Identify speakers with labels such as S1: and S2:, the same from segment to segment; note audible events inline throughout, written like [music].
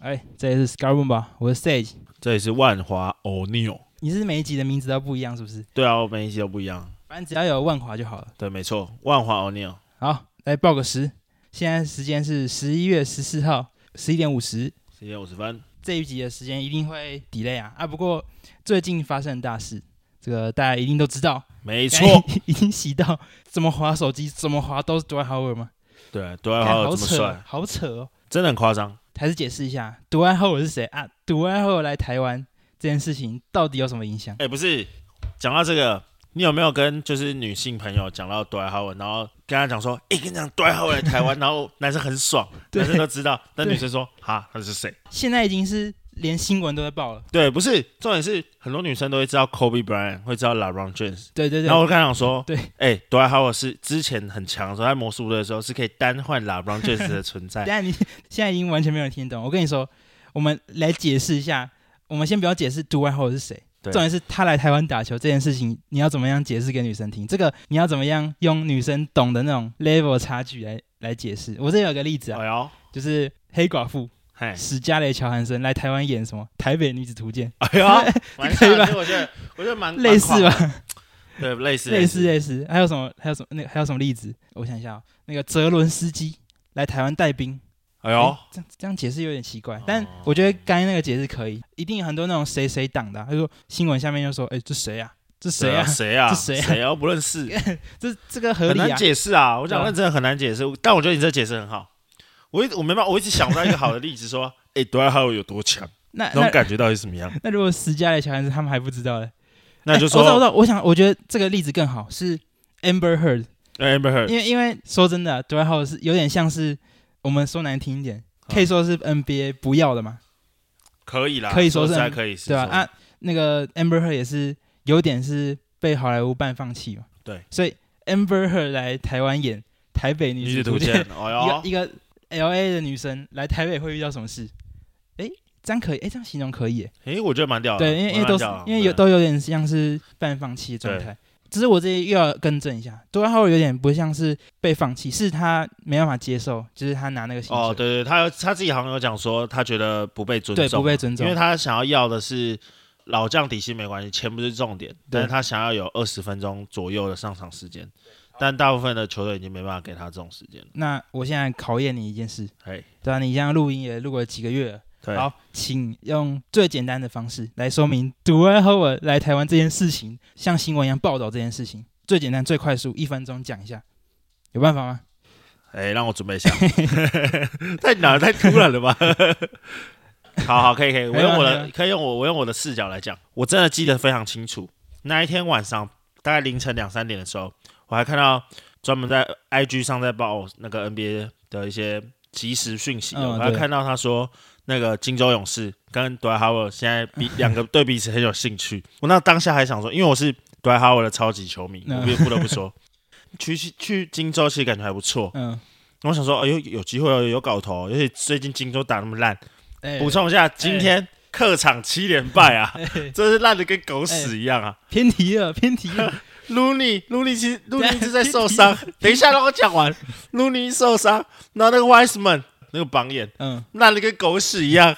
S1: 哎，这里是 Scarboom 吧，我是 Sage。
S2: 这里是万华 O'Neil。
S1: 你是每一集的名字都不一样，是不是？
S2: 对啊，我每一集都不一样。
S1: 反正只要有万华就好了。
S2: 对，没错，万华 O'Neil。
S1: 好，来报个时，现在时间是十一月十四号十一点五十。
S2: 时间五十分。
S1: 这一集的时间一定会 delay 啊啊！不过最近发生的大事，这个大家一定都知道，
S2: 没
S1: 没
S2: 错。
S1: [laughs] 已经洗到怎么滑手机，怎么滑都是 d w i g h o w a r 吗？
S2: 对，杜爱
S1: 干
S2: 豪
S1: 好
S2: 这么
S1: 扯哦
S2: 帅，，
S1: 好扯哦！
S2: 真的很夸张。
S1: 还是解释一下 d w i g h o w a r 是谁啊 d w i g h o w a r 来台湾这件事情到底有什么影响？
S2: 哎、不是，讲到这个，你有没有跟就是女性朋友讲到杜爱豪，然后跟她讲说，哎、跟你讲杜爱豪来台湾，然后男生
S1: [laughs]
S2: 很爽，
S1: 对
S2: 男生都知道，但
S1: 对
S2: 女生说，哈，他是谁？
S1: 现在已经是连新闻都在报了。
S2: 对，不是，重点是很多女生都会知道 Kobe Bryant，会知道 LeBron James。
S1: 对对对，
S2: 然后我跟他讲说，
S1: 对，
S2: 哎、杜爱豪是之前很强的时候，在魔术队的时候是可以单换 LeBron James 的存
S1: [laughs]
S2: 在
S1: 等一。下你现在已经完全没有人听懂。我跟你说，我们来解释一下，我们先不要解释独外后是谁，
S2: 对
S1: 重点是他来台湾打球这件事情，你要怎么样解释给女生听？这个你要怎么样用女生懂的那种 level 差距来来解释？我这有个例子啊，
S2: 哎呦，
S1: 就是黑寡妇 [laughs]
S2: 嘿，
S1: 史嘉蕾·乔韩森来台湾演什么《台北女子图鉴
S2: 哎呦，蛮
S1: 可以吧
S2: 像的我觉得，我觉得蛮》，
S1: 类似，吧
S2: 蛮？狂 [laughs] 的对，类似，
S1: 类似，类似，还有什么？还有什么？那还有什么例子？我想一下、哦，那个泽伦斯基来台湾带兵，
S2: 哎
S1: 哦，
S2: 呦，
S1: 这样这样解释有点奇怪
S2: 哦，
S1: 但我觉得刚才那个解释可以，一定有很多那种谁谁党的啊、他说新闻下面就说，哎、这谁啊？这谁啊？
S2: 谁啊？
S1: 这谁啊
S2: 谁啊？不认识，
S1: [laughs] 这这个 [laughs] 合
S2: 很
S1: 理
S2: 难
S1: 啊？
S2: 解释啊！我
S1: 对
S2: 讲
S1: 啊
S2: 认真很难解释，但我觉得你这解释很好。我一我没办法，我一直想不到一个好的例子，说， [laughs] 哎，杜爱豪有多强，
S1: 那
S2: 那种
S1: 那
S2: 感觉到底是什么样？
S1: 那如果十佳的小孩子他们还不知道嘞，
S2: 那
S1: [laughs]
S2: 就
S1: 哎我知道我知
S2: 说
S1: 道，我想我觉得这个例子更好是 Amber Heard，
S2: 哎，Amber Heard，
S1: 因为因为说真的、啊，d w i g h o 是有点像是我们说难听一点，
S2: 嗯
S1: 可以说是 NBA 不要的嘛，
S2: 可以啦，
S1: 可以说是
S2: 实在可以，
S1: 对吧、
S2: 是
S1: 啊？
S2: 说
S1: 那个 Amber Heard 也是有点是被好莱坞半放弃嘛，
S2: 对，
S1: 所以 Amber Heard 来台湾演《台北女
S2: 女
S1: 子
S2: 子
S1: 图
S2: 图
S1: 鉴》
S2: 鉴，
S1: [laughs]
S2: 哎
S1: 一
S2: 呦
S1: 个，一个 L A 的女生来台北会遇到什么事？诶，这样可以，诶，这样形容可以耶，
S2: 哎，我觉得蛮屌的，
S1: 对，因为因为
S2: 蛮
S1: 都是
S2: 屌的
S1: 因为有
S2: 对
S1: 都有点像是半放弃的状态。只是我这里又要更正一下，杜兰特有点不像是被放弃，是他没办法接受，就是他拿那个薪水。
S2: 哦，对对，他有他自己好像有讲说，他觉得不被尊重，啊
S1: 对不被尊重
S2: 因为他想要要的是老将底薪没关系，钱不是重点，但是他想要有二十分钟左右的上场时间，但大部分的球队已经没办法给他这种时间了。
S1: 那我现在考验你一件事，
S2: 哎，
S1: 对吧、啊你这样录音也录了几个月了，
S2: 对，
S1: 好，请用最简单的方式来说明杜兰特来台湾这件事情，像新闻一样报道这件事情，最简单、最快速，一分钟讲一下，有办法吗？
S2: 哎，让我准备一下， [laughs] 太难了，太突然了吧？ [laughs] 好好，可以可以，我用我
S1: 没有没
S2: 的
S1: 有
S2: 可以用我我用我的视角来讲，我真的记得非常清楚。那一天晚上大概凌晨两三点的时候，我还看到专门在 IG 上在报那个 NBA 的一些即时讯息的，
S1: 嗯
S2: 我还
S1: 对
S2: 看到他说那个金州勇士跟 d w i g h o w a r 现在比两个对彼此很有兴趣。我那当下还想说，因为我是 d w i g h o w a r 的超级球迷，
S1: 嗯
S2: 我也不得不说，去去去金州其实感觉还不错。
S1: 嗯，
S2: 我想说，哎呦，有机会哦，有搞头哦，尤其最近荆州打那么烂。
S1: 哎
S2: 补充一下，今天客场七连败啊，
S1: 哎
S2: 真是烂的跟狗屎一样啊！
S1: 偏题了，偏题
S2: [laughs]
S1: 了。
S2: 卢尼，卢尼其实卢尼一直在
S1: 对
S2: 受伤，等一下让我讲完。卢尼受伤，然后那个 Wiseman 那个榜眼
S1: 嗯，
S2: 烂的跟狗屎一样，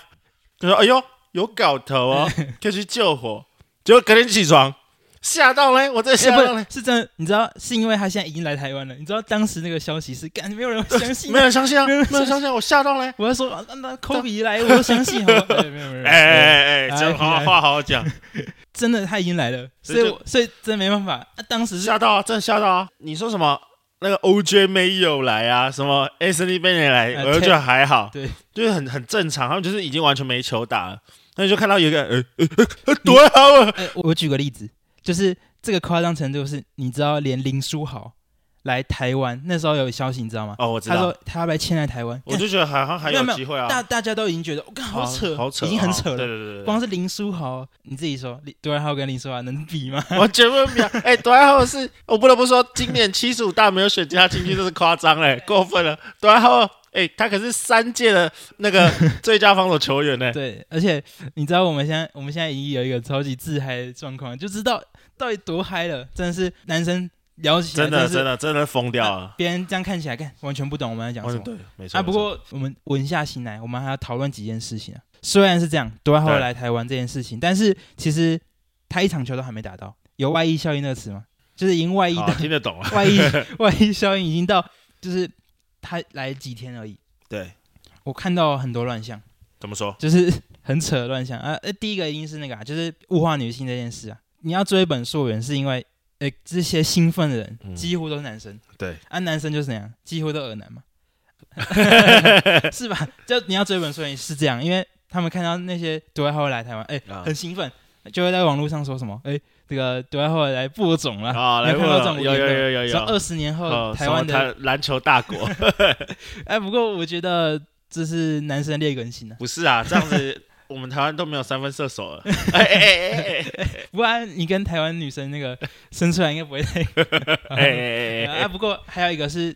S2: 就说哎呦有搞头哦，就去救火，结果隔天起床吓到嘞，我真的
S1: 哎、
S2: 吓
S1: 不
S2: 到嘞
S1: 是，，是真的，你知道，是因为他现在已经来台湾了。你知道当时那个消息是，感觉没有人会相信。
S2: [laughs] 没有人相信啊，
S1: 没
S2: 没
S1: 有
S2: 有
S1: 人
S2: 人相信啊，我吓到嘞。
S1: 我要说，啊那那科比一来，我都相信。
S2: [laughs]
S1: 好不好哎没有没有，没有
S2: 哎哎
S1: 哎
S2: 哎，这好好话好好讲。
S1: 真的他已经来了，所
S2: 所以
S1: 以
S2: 就
S1: 我所以真没办法。啊、当时是
S2: 吓到啊，真的吓到啊！你说什么？那个 OJ 没有来啊，什么 Anthony Bennett 来，
S1: 呃
S2: 我就觉得还好，
S1: 对，
S2: 就是很很正常，他们就是已经完全没球打了。那你就看到有一个呃呃呃多好啊，
S1: 哎、我我举个例子，就是这个夸张程度是，你知道，连林书豪来台湾那时候有消息，你知道吗？
S2: 哦，我知
S1: 他
S2: 道，
S1: 说他要来签来台湾，
S2: 我就觉得好像还
S1: 没有没有
S2: 机会啊，
S1: 大大家都已经觉得，我、哦、靠，
S2: 好
S1: 好扯，
S2: 好扯，哦
S1: 已经很扯了。
S2: 对对对对，
S1: 光是林书豪，你自己说，林杜兰特跟林书豪能比吗？
S2: 我绝不秒。哎，多好是，我不得不说，今年七十五大没有选进他进去，这是夸张嘞，过分了。多好，哎，他可是三届的那个最佳防守球员呢。
S1: [laughs] 对，而且你知道我们现在我们现在已经有一个超级自嗨的状况，就知道到底多嗨了，真的是男生聊起来
S2: 真的
S1: 是
S2: 真的真的疯掉啊了。
S1: 别人这样看起来，看完全不懂我们在讲
S2: 完
S1: 什
S2: 全
S1: 么
S2: 哦对，没错
S1: 啊。不
S2: 没错
S1: 过我们稳下心来，我们还要讨论几件事情啊。虽然是这样，多后
S2: 对
S1: 来台湾这件事情，但是其实他一场球都还没打到，有外溢效应那个词吗？就是赢外溢
S2: 好
S1: 到
S2: 听得懂啊。
S1: [laughs] 外溢外溢效应已经到，就是他来几天而已。
S2: 对，
S1: 我看到很多乱象，
S2: 怎么说？
S1: 就是 [laughs] 很扯的乱象啊。呃，第一个一定是那个啊，就是物化女性这件事啊。你要追本溯源，是因为呃这些兴奋的人
S2: 嗯
S1: 几乎都是男生。
S2: 对，
S1: 啊，男生就是那样，几乎都耳
S2: [laughs]
S1: 男嘛， [laughs] 是吧？就你要追本溯源是这样，因为他们看到那些独爱后来台湾，哎、
S2: 啊
S1: 很兴奋，就会在网络上说什么，哎、这个独爱后来播种了，
S2: 啊，来
S1: 有看到这种
S2: 问有有有有有
S1: 说
S2: 有
S1: 二十年后
S2: 呃，
S1: 台湾
S2: 哎什
S1: 的，
S2: 么台篮球大国
S1: [laughs] 哎、不过我觉得这是男生的劣根性啊，
S2: 不是啊，这样子 [laughs] 我们台湾都没有三分射
S1: [laughs]
S2: 手了。哎哎哎哎哎
S1: 不然你跟台湾女生那个生出来应该不会太，
S2: 哎哎哎哎
S1: 啊，不过还有一个是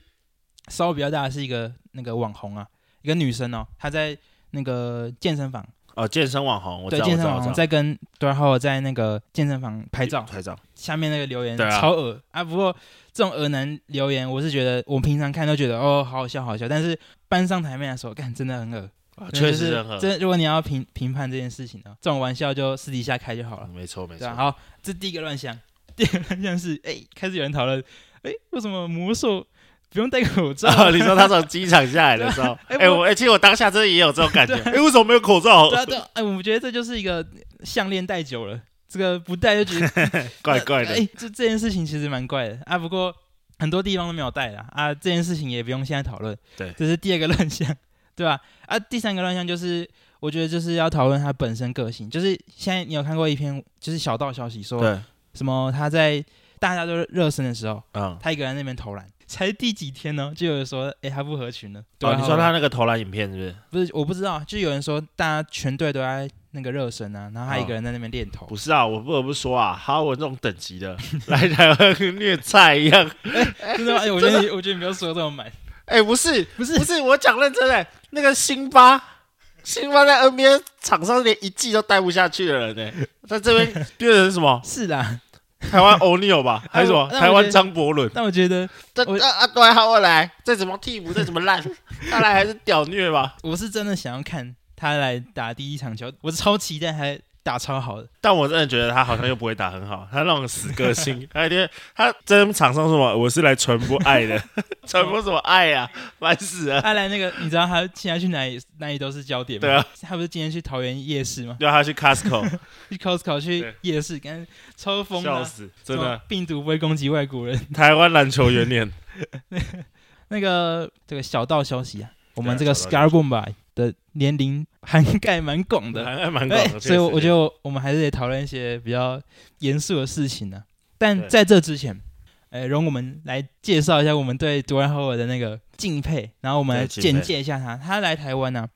S1: 稍微比较大的是一个那个网红啊，一个女生哦，她在那个健身房。
S2: 哦，健身网红，我知
S1: 对
S2: 道，
S1: 健
S2: 我知
S1: 身
S2: 道，
S1: 房
S2: 我知道。
S1: 在跟对，然后在那个健身房拍照，
S2: 拍照，
S1: 下面那个留言
S2: 对啊
S1: 超恶啊！不过这种恶男留言，我是觉得我平常看都觉得哦好好笑好笑，但是搬上台面来说，干真的很恶，
S2: 啊
S1: 真的
S2: 确
S1: 就是
S2: 实任何，
S1: 真如果你要评评判这件事情哦呢，这种玩笑就私底下开就好了
S2: 嗯，没错没
S1: 对啊，
S2: 错。 [laughs]
S1: 好，这第一个乱象，第二个乱象是哎、开始有人讨论哎为什么魔兽不用戴口
S2: [laughs]
S1: 罩？
S2: 哦，你说他从机场下来的时候，
S1: 哎
S2: 哎，
S1: 我
S2: 我哎，其实我当下真的也有这种感觉，哎，为什么没有口罩
S1: 对？啊对啊，哎、我觉得这就是一个项链戴久了，这个不戴就觉得
S2: [laughs] 怪怪
S1: 哎、
S2: 的，
S1: 这这件事情其实蛮怪的啊，不过很多地方都没有带啦啊，这件事情也不用现在讨论。
S2: 对
S1: 这是第二个乱象，对吧？啊，第三个乱象就是，我觉得就是要讨论他本身个性，就是现在你有看过一篇就是小道消息说
S2: 对，
S1: 什么他在大家都热身的时候，
S2: 嗯，
S1: 他一个人在那边投篮。才第几天呢？就有人说，哎、他不合群了。对
S2: 哦，
S1: 啊，
S2: 你说他那个投篮影片是不是？
S1: 不是？我不知道，就有人说，大家全队都在那个热身啊，然后他一个人在那边练投。
S2: 不是啊，我不得不说啊，哈文这种等级的 [laughs] 来台湾跟虐菜一样。
S1: [laughs] 真的吗？哎、我觉得你，我觉得你不要说这么满。
S2: [laughs] 哎、不是，
S1: [laughs] 不是
S2: 不是，我讲认真的、那个辛巴，辛巴在 NBA 场上连一季都待不下去的人呢、在这 [laughs] 边变成什么？
S1: 是啦，
S2: 台湾欧尼尔吧， [laughs] 还是什么
S1: 那我
S2: 台湾张伯伦？
S1: 但我觉得
S2: 这
S1: 我
S2: 啊啊，对，哈文来，再怎么替补，再怎么烂， [laughs] 他来还是屌虐吧。
S1: 我是真的想要看他来打第一场球，我是超期待他打超好 [laughs] 的。
S2: 但我真的觉得他好像又不会打很好，他那种死个 [laughs] 性，他一定他在场上说什么？我是来传播爱 [laughs] 的，传播什么爱呀、啊？烦死了！
S1: 他来那个，你知道他现在去哪里，哪里都是焦点吗？
S2: 对啊，
S1: 他不是今天去桃园夜市吗？
S2: 叫他去 Costco，
S1: 去 Costco 去
S2: 对
S1: 夜市，跟抽风
S2: 笑
S1: 啊，
S2: 死！真
S1: 什
S2: 的
S1: 么，病毒不会攻击外国人。
S2: 台湾篮球元年，
S1: 那个这个小道消息啊，我们
S2: 对啊
S1: 这个
S2: 小
S1: s
S2: 道
S1: c a r b o m b a 的年龄涵盖蛮广的，
S2: 还还 [laughs] 蛮广
S1: 哎，
S2: 的。
S1: 所以我觉
S2: 得
S1: 得我们还是得讨论一些比较严肃的事情呢、但
S2: 对
S1: 在这之前，哎，容我们来介绍一下我们对杜兰特尔的那个敬佩，然后我们来
S2: 对敬佩
S1: 简介一下他。他来台湾呢、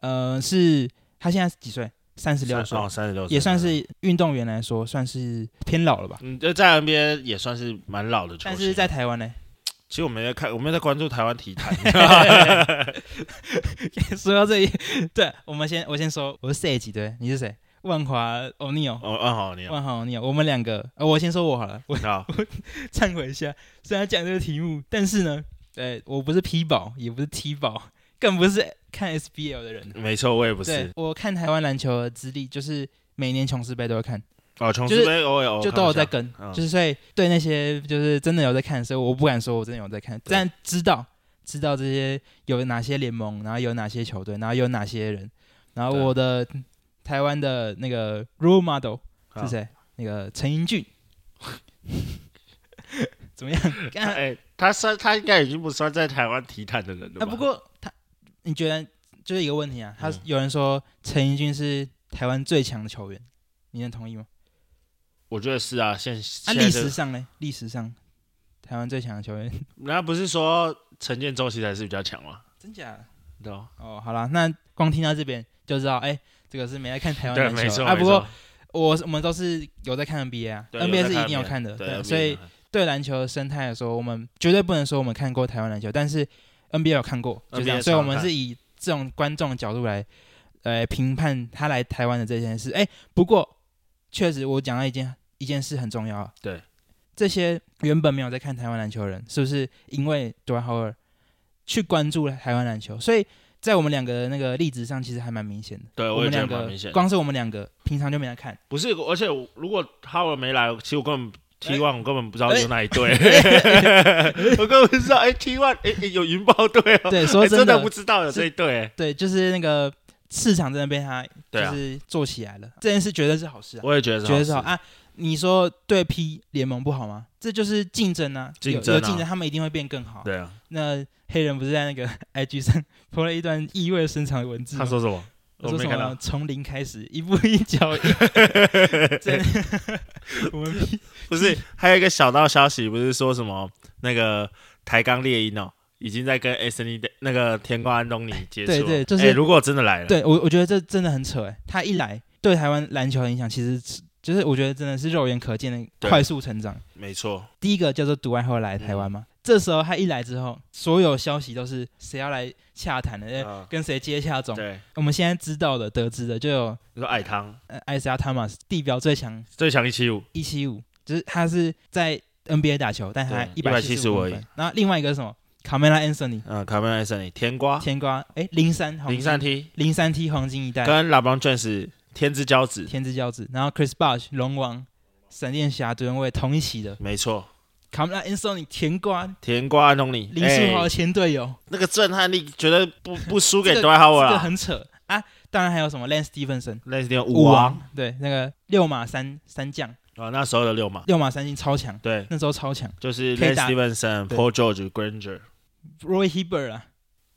S1: 呃，是他现在几岁？三十六岁，
S2: 哦，三十六
S1: 也算是运动员来说算是偏老了吧。
S2: 嗯，就在 NBA 也算是蛮老的球星。啊
S1: 但是在台
S2: [laughs]
S1: 湾呢， [laughs]
S2: 其实我们在看，我们在关注台湾体坛。 [laughs]
S1: [laughs] 说到这里，对我们先我先说，我是 Sage，对，你是谁？万华欧尼尔，
S2: 哦，哦，好，你
S1: [laughs]
S2: 好
S1: 万华欧尼尔，我们两个，呃，我先说我好了，我
S2: 你好，
S1: 忏悔一下，虽然讲这个题目，但是呢，呃，我不是 P 宝，也不是 T 宝，更不是看 SBL 的人。
S2: 没错，我也不
S1: 对
S2: 是。，
S1: 我看台湾篮球的资历，就是每年琼斯杯都会看，
S2: 哦，琼
S1: 就
S2: 斯
S1: 是
S2: 杯偶尔偶尔
S1: 就
S2: 看
S1: 都有
S2: 一下
S1: 在跟，
S2: 嗯
S1: 就是所以对那些就是真的有在看，所以我不敢说我真的有在看，
S2: 对
S1: 但知道知道这些有哪些联盟，然后有哪些球队，然后有哪些人，然后
S2: 对啊
S1: 我的台湾的那个 role model 是？谁？那个陈英俊， [laughs] 怎么样？
S2: 啊
S1: 干
S2: [laughs] 哎，他算他应该已经不算在台湾体坛的人了
S1: 啊，
S2: 吧。
S1: 不过他，你觉得就是一个问题啊？他
S2: 嗯
S1: 有人说陈怡君是台湾最强的球员，你能同意吗？
S2: 我觉得是啊，现
S1: 啊，
S2: 现在
S1: 历
S2: 这
S1: 史
S2: 个
S1: 上呢？历史上台湾最强的球员， [laughs]
S2: 人家不是说陈建州其实还是比较强吗？
S1: 真假？
S2: 对吧
S1: 哦，好啦，那光听到这边就知道，哎、这个是没来看台湾
S2: 对，
S1: 篮球
S2: 没错。
S1: 啊。
S2: 没
S1: 不过
S2: 错
S1: 我我们都是有在看 NBA 啊
S2: 对
S1: ，NBA
S2: 有在
S1: 是一定有
S2: NBA
S1: 看的，
S2: 对，
S1: 所以对篮球的生态来说，我们绝对不能说我们看过台湾篮球，但是 NBA 有看过，就这
S2: NBA
S1: 样，所以我们
S2: 常看
S1: 是以这种观众的角度来，呃，评判他来台湾的这件事。哎，不过确实我讲到一件一件事很重要啊，
S2: 对，
S1: 这些原本没有在看台湾篮球的人，是不是因为 d w a 尔去关注了台湾篮球？所以在我们两个的那个例子上，其实还蛮明显的。
S2: 对
S1: 我
S2: 我也
S1: 们
S2: 觉得
S1: 两
S2: 蛮
S1: 个
S2: 明显的
S1: 光是我们两个平常就没来
S2: [laughs]
S1: 看，
S2: 不是，而且我如果 Howard 没来，其实我根本 T One 我根本不知道
S1: 哎
S2: 有哪一队， [laughs] 我根本不知道哎 T One 哎哎有云豹队哦，
S1: 对，[laughs]
S2: 哎
S1: 说
S2: 真
S1: 的，
S2: 不知道有这一队，哎
S1: 对，就是那个市场真的被他
S2: 对
S1: 就
S2: 啊，
S1: 是做起来了，这件事绝对是好事啊，
S2: 我也觉得
S1: 绝对是好
S2: 事，
S1: 啊。你说对 P 联盟不好吗？这就是竞争啊，有
S2: 竞争啊
S1: 有竞争，他们一定会变更好。
S2: 对啊，
S1: 那黑人不是在那个 [laughs] IG 上 po 了一段意味深长的文字吗？
S2: 他说什么？
S1: 我
S2: 我
S1: 嗯说
S2: 没
S1: 什
S2: 看到
S1: 么，从零开始，一步一
S2: [laughs]
S1: 脚印，真的 [laughs] 我们
S2: 不是，还有一个小道消息，不是说什么那个台钢猎鹰哦，已经在跟 S N E 的那个田瓜安东尼接触了。
S1: 对对就是
S2: 哎如果真的来了，
S1: 对我我觉得这真的很扯哎，他一来对台湾篮球的影响，其实是就是我觉得真的是肉眼可见的
S2: 对
S1: 快速成长。
S2: 没错，
S1: 第一个叫做独爱后来台湾嘛，
S2: 嗯
S1: 这时候他一来之后，所有消息都是谁要来洽谈的，呃
S2: 嗯
S1: 跟谁接洽中。
S2: 对，
S1: 我们现在知道的、得知的就有
S2: 你说矮汤
S1: 呃艾莎·汤马斯地表最强
S2: 最强一七五，
S1: 一七五，就是他是在 NBA 打球，但他一
S2: 对
S1: 百
S2: 175
S1: 五
S2: 而已
S1: 分。然后另外一个是什么？卡梅拉·安森尼，
S2: 嗯，卡梅伦 S N E 甜瓜
S1: 甜瓜，哎，零三
S2: 零三 T
S1: 零三 T 黄金一代，
S2: 跟 LeBron James 天之骄子，
S1: 天之骄子，然后 Chris Bosh 龙王、闪电侠、杜恩卫同一起的，
S2: 没错，
S1: 卡梅拉·安森尼甜瓜，
S2: 甜瓜安东尼，
S1: 林书豪
S2: 哎
S1: 的前队友。
S2: 那个震撼力绝对不不输给
S1: 这
S2: d
S1: 个
S2: w i g h t
S1: 这个
S2: Howard 啦，
S1: 很扯啊！当然还有什么 Lance Stevenson
S2: 那是点
S1: 舞
S2: 五王
S1: 对，那个六马三三将，
S2: 啊，那时候的六嘛，
S1: 六马三星超强，
S2: 对，
S1: 那时候超强
S2: 就是
S1: 可
S2: Lance
S1: 以打
S2: Stevenson、
S1: 对
S2: Paul George、Granger。
S1: ，Roy Hibbert 啊，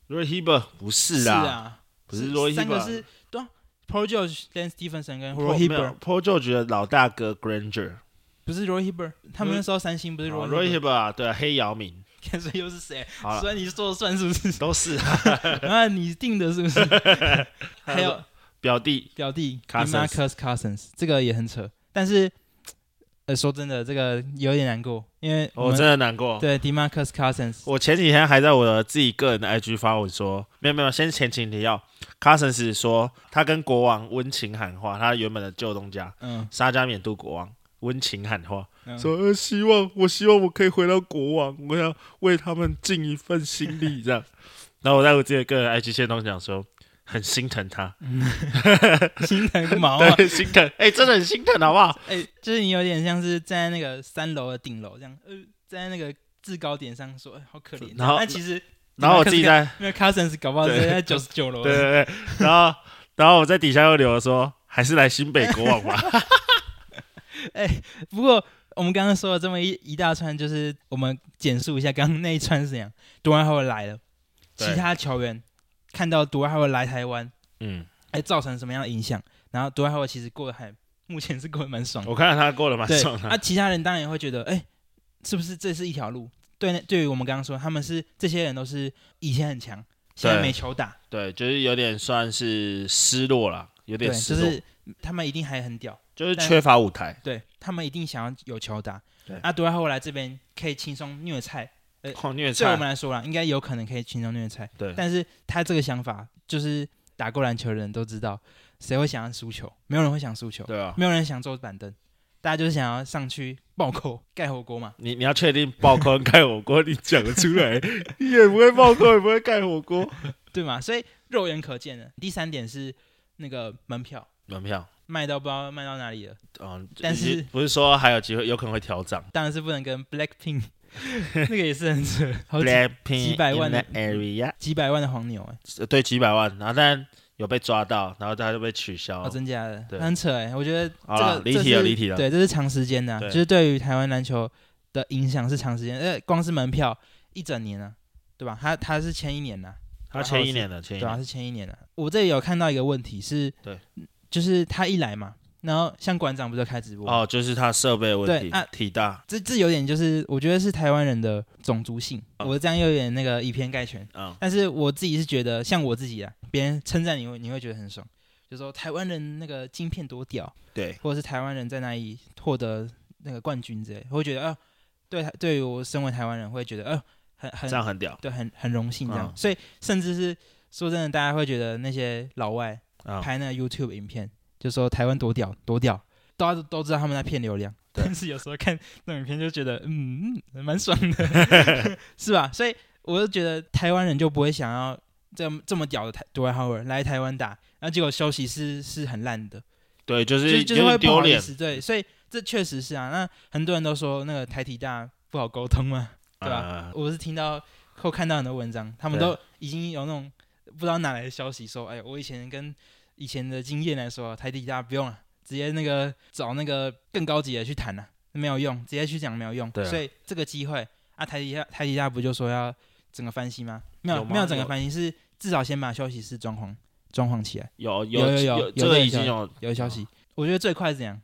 S2: Roy Hibbert 不是
S1: 是
S2: 啦，
S1: 啊，
S2: 不是 Roy
S1: 三个
S2: Hibbert
S1: 是对啊，Paul George、Lance Stevenson 跟
S2: Paul-
S1: Roy
S2: 没
S1: Hibbert，
S2: 有 Paul George 的老大哥 Granger，
S1: 不是 Roy Hibbert，他们那时候三星不是
S2: 哦
S1: Roy
S2: Roy
S1: Hibbert，
S2: Hibbert 啊，对啊，黑姚明，
S1: 看谁又是谁，
S2: 好了，
S1: 所以你说了算是不是？ [laughs]
S2: 都是啊
S1: 啊，你定的是不
S2: [laughs]
S1: 是？还有
S2: 表弟，
S1: 表弟
S2: Cousins
S1: Marcus Cousins，这个也很扯，但是呃，说真的，这个有点难过，因为我
S2: 我
S1: 们
S2: 哦真的哦难过。
S1: 对 Demarcus Cousins
S2: 我前几天还在我的自己个人的 IG 发文说，没有没有，先前情提要，Cousins 说他跟国王温情喊话，他原本的旧东家
S1: 嗯，
S2: 沙加缅度国王温情喊话，
S1: 嗯
S2: 说、呃、希望我希望我可以回到国王，我要为他们尽一份心 [laughs] 力这样。然后我在我自己的个人 IG 线中讲说，很心疼他，
S1: 心疼个毛啊！
S2: 对，心疼， [laughs] 哎、真的很心疼，好不好？
S1: 哎、就是你有点像是站在那个三楼的顶楼这样，呃，站在那个制高点上说，哎好可怜。
S2: 然后
S1: 但其实
S2: 然后我自己在，
S1: 那 Cousins 搞不好
S2: 对
S1: 是在九十九楼
S2: 对，对对，然后然后我在底下又留了说，还是来新北国王吧。
S1: 哎不过我们刚刚说了这么一一大串，就是我们简述一下刚刚那一串是怎样。杜兰特来了，其
S2: 对
S1: 他球员看到杜兰特来台湾，
S2: 嗯，
S1: 哎，造成什么样的影响？然后杜兰特其实过得还目前是过得蛮爽的，
S2: 我看到他过得蛮
S1: 嗯对，
S2: 爽的，
S1: 啊，其他人当然也会觉得，哎，是不是这是一条路？对那，对于我们刚刚说，他们是这些人都是以前很强，现在
S2: 对
S1: 没球打，
S2: 对，就是有点算是失落了，有
S1: 对，
S2: 点失
S1: 就
S2: 落，
S1: 是他们一定还很屌，
S2: 就是缺乏舞台。
S1: 对他们一定想要有球打
S2: 对。
S1: 啊，杜兰特来这边可以轻松虐菜，
S2: 哦，虐
S1: 对我们
S2: 菜，
S1: 来说啦，应该有可能可以轻松虐菜。
S2: 对，
S1: 但是他这个想法，就是打过篮球的人都知道，谁会想要输球？没有人会想输球，
S2: 对啊，
S1: 没有人想坐板凳，大家就是想要上去爆扣、盖火锅嘛。
S2: 你你要确定爆坑盖火锅，你讲得出
S1: [laughs]
S2: 来，你也不会爆坑，也不会盖火锅。
S1: 对嘛？所以肉眼可见的。第三点是那个门票
S2: 门票，
S1: 卖到不知道卖到哪里了，
S2: 嗯，
S1: 但是
S2: 已经不是说还有机会，有可能会调涨。
S1: 当然是不能跟
S2: [laughs]
S1: Blackpink 那个也是很扯，好几
S2: Blackpink
S1: 几百万
S2: in
S1: 的
S2: the area，
S1: 几百万的黄牛哎、
S2: 呃对，几百万，然后但有被抓到，然后他就被取消。
S1: 哦，真假的，
S2: 对
S1: 很扯哎、我觉得这
S2: 好啦
S1: 个
S2: 离
S1: 这
S2: 题了
S1: 是
S2: 离题了
S1: 对，这是长时间的啊、
S2: 对
S1: 就是对于台湾篮球的影响是长时间，呃，光是门票一整年啊，对吧？他他是前一年呐、
S2: 他前一年的，前一
S1: 对啊，
S2: 年
S1: 是前一年的、我这里有看到一个问题是，
S2: 对，
S1: 就是他一来嘛，然后像馆长不是开直播，
S2: 哦，就是他设备问
S1: 啊对
S2: 题
S1: 啊，
S2: 体大
S1: 这这有点就是，我觉得是台湾人的种族性，
S2: 啊
S1: 我这样又有点那个以偏概全。
S2: 嗯
S1: 但是我自己是觉得，像我自己啊，别人称赞你会你会觉得很爽，就说台湾人那个晶片多屌，
S2: 对，
S1: 或者是台湾人在哪里获得那个冠军之类，我会觉得啊、对，对于我身为台湾人会觉得啊、很
S2: 这
S1: 很
S2: 样很屌
S1: 对很很荣幸这样。
S2: 嗯
S1: 所以甚至是说真的，大家会觉得那些老外
S2: 啊，
S1: 拍那个 YouTube 影片，就说台湾多屌多屌，大家都都知道他们在骗流量，但是有时候看那种影片就觉得，嗯，嗯蛮爽
S2: [laughs]
S1: 的，是吧？所以我就觉得台湾人就不会想要这么这么屌的台独爱好人来台湾打，然后结果休息是是很烂的，
S2: 对，就
S1: 就是就
S2: 有
S1: 是会
S2: 点
S1: 不
S2: 丢
S1: 好意
S2: 脸
S1: 思，对，所以这确实是啊。那很多人都说那个台体大不好沟通嘛，对吧、
S2: 啊。
S1: 我是听到或看到很多文章，他们
S2: 对
S1: 都已经有那种不知道哪来的消息说，哎，我以前跟以前的经验来说，啊台底大不用了，直接那个找那个更高级的去谈了、没有用，直接去讲没有用。
S2: 对啊
S1: 所以这个机会啊，台底下台底下不就说要整个翻新吗？没
S2: 有吗
S1: 没有整个
S2: 有
S1: 翻新，是至少先把休息室装潢装潢起来。
S2: 有
S1: 有有有
S2: 有
S1: 有
S2: 这个
S1: 这
S2: 已
S1: 个
S2: 经有
S1: 有消息，我觉得最快是怎样？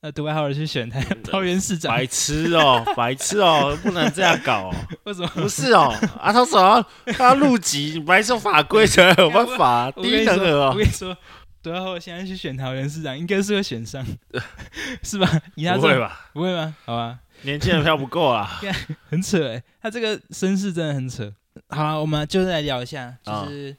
S1: 呃，独爱好人去选台
S2: 嗯
S1: 桃园市长，
S2: 白痴哦，白痴哦，不能这样搞哦，
S1: 为什么？
S2: 不是哦，啊，他说要他要入籍，白受法规才有办法，
S1: 我
S2: 低
S1: 跟你
S2: 能儿
S1: 说，我
S2: 哦，
S1: 跟你说，德浩现在去选桃园市长，应该是会选
S2: [laughs]
S1: 上，是吧？以他这
S2: 不会？吧？
S1: 不会吗？好吧，
S2: 年轻人票不够啊，
S1: 很扯哎、他这个身世真的很扯。好啊、我们就是来聊一下，就是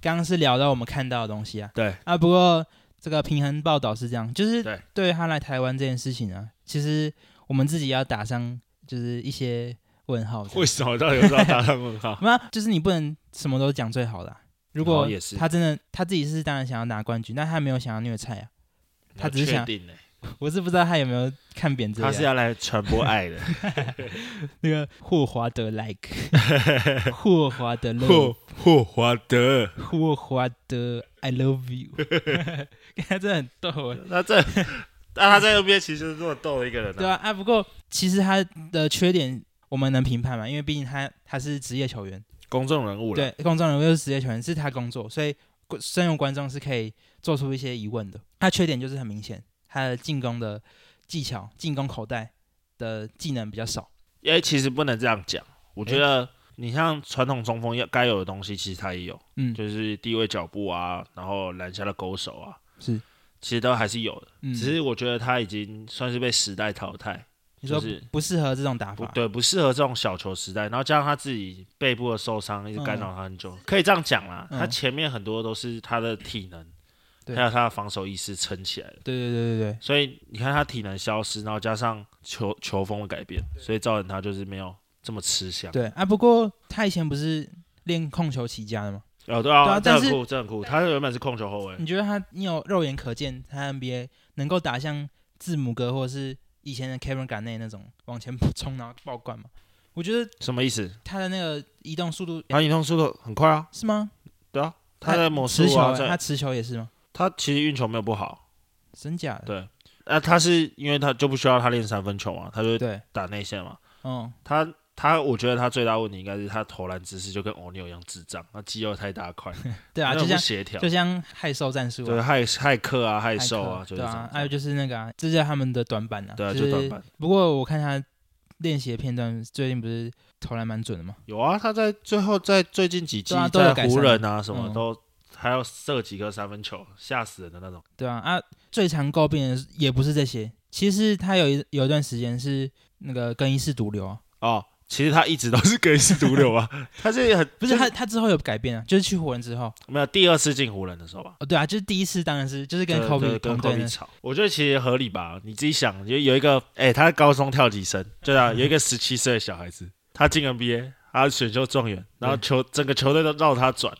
S1: 刚刚是聊到我们看到的东西啊
S2: 啊对，
S1: 啊，不过这个平衡报道是这样，就是
S2: 对
S1: 对于他来台湾这件事情啊，其实我们自己要打上就是一些问号的。
S2: [laughs] 为什么到底有时候打上问号？
S1: 那就是你不能什么都讲最好的啊、如果
S2: 哦也是
S1: 他真的他自己是当然想要拿冠军，但他没有想要虐菜啊。 [laughs] [laughs] 他只是
S2: 确
S1: 想
S2: 定呢，
S1: 我是不知道他有没有看扁这
S2: 他是
S1: 个、啊
S2: 要来传播
S1: [laughs]
S2: 爱的，
S1: 那个霍华德
S2: [laughs]
S1: like，霍华德 love，
S2: 霍霍华德，
S1: 霍华德 I love you，他真的很逗哎，
S2: 那这那他在右边其实是这么逗的一个人
S1: 对
S2: 啊，
S1: 啊啊，不过其实他的缺点我们能评判嘛，因为毕竟他他是职业球员，
S2: 公众人物了，
S1: 对，公众人物又是职业球员，是他工作，所以观身为观众是可以做出一些疑问的。他缺点就是很明显，他的进攻的技巧、进攻口袋的技能比较少，
S2: 哎、其实不能这样讲，我
S1: 哎
S2: 觉得你像传统中锋要该有的东西，其实他也有，
S1: 嗯，
S2: 就是低位脚步啊，然后篮下的勾手啊，
S1: 是，
S2: 其实都还是有的。
S1: 嗯，
S2: 只是我觉得他已经算是被时代淘汰，
S1: 你说
S2: 就是
S1: 不适合这种打
S2: 不
S1: 法，
S2: 对，不适合这种小球时代。然后加上他自己背部的受伤，一直干扰他很久，可以这样讲啦。
S1: 嗯
S2: 他前面很多都是他的体能，
S1: 对
S2: 还有他的防守意识撑起来的。
S1: 对对对对对，
S2: 所以你看他体能消失，然后加上球球风的改变，所以造成他就是没有这么吃香。
S1: 对啊，不过他以前不是练控球起家的吗？
S2: 哦，对
S1: 对啊
S2: 啊，这
S1: 但是嗯
S2: 很酷，这很酷。他原本是控球后卫，
S1: 你觉得他，你有肉眼可见他 NBA 能够打像字母哥或者是以前的 Kevin Garnett 那种往前冲然后爆灌吗？我觉得
S2: 什么意思？
S1: 他的那个移动速度、
S2: 他移动速度很快啊，
S1: 是吗？
S2: 对啊，他的魔术
S1: 持球、
S2: 啊，
S1: 欸，他
S2: 在
S1: 持球也是吗？
S2: 他其实运球没有不好，
S1: 真假的？
S2: 对那、啊他是因为他就不需要他练三分球嘛，他就
S1: 对，
S2: 打内线嘛。
S1: 嗯，
S2: 他他我觉得他最大问题应该是他投篮姿势就跟欧尼尔一样智障，那肌肉太大块，
S1: 对啊，
S2: [laughs] 那
S1: 就
S2: 种不
S1: 像
S2: 协调
S1: 就，像害兽战术、
S2: 对
S1: 啊，
S2: 害害克啊，害
S1: 害
S2: 瘦
S1: 客
S2: 啊，
S1: 对
S2: 就是这
S1: 啊
S2: 种，，
S1: 还有就是那个啊，这就是他们的短板啊，
S2: 对啊，
S1: 是
S2: 就短板。
S1: 不过我看他练习的片段，最近不是投篮蛮准的吗？
S2: 有啊，他在最后在最近几季
S1: 对啊都有
S2: 在
S1: 改
S2: 湖
S1: 善
S2: 人啊什么
S1: 嗯
S2: 都还要射几颗三分球，吓死人的那种。
S1: 对啊，啊，最常诟病的也不是这些，其实他有一有一段时间是那个更衣室毒瘤啊，
S2: 哦，其实他一直都是更衣室毒瘤啊， [laughs] 他是很
S1: 不
S2: 就是
S1: 他他之后有改变啊，就是去湖人之后，
S2: 没有第二次进湖人的时候吧，
S1: 哦对啊，就是第一次当然是就是跟
S2: 对
S1: Kobe
S2: 对跟
S1: 同队
S2: Kobe
S1: 那
S2: 吵，我觉得其实合理吧，你自己想，有有一个哎、他高中跳级生，
S1: [laughs]
S2: 对啊，有一个十七岁的小孩子，他进 NBA，他是选秀状元，然后球整个球队都绕他转。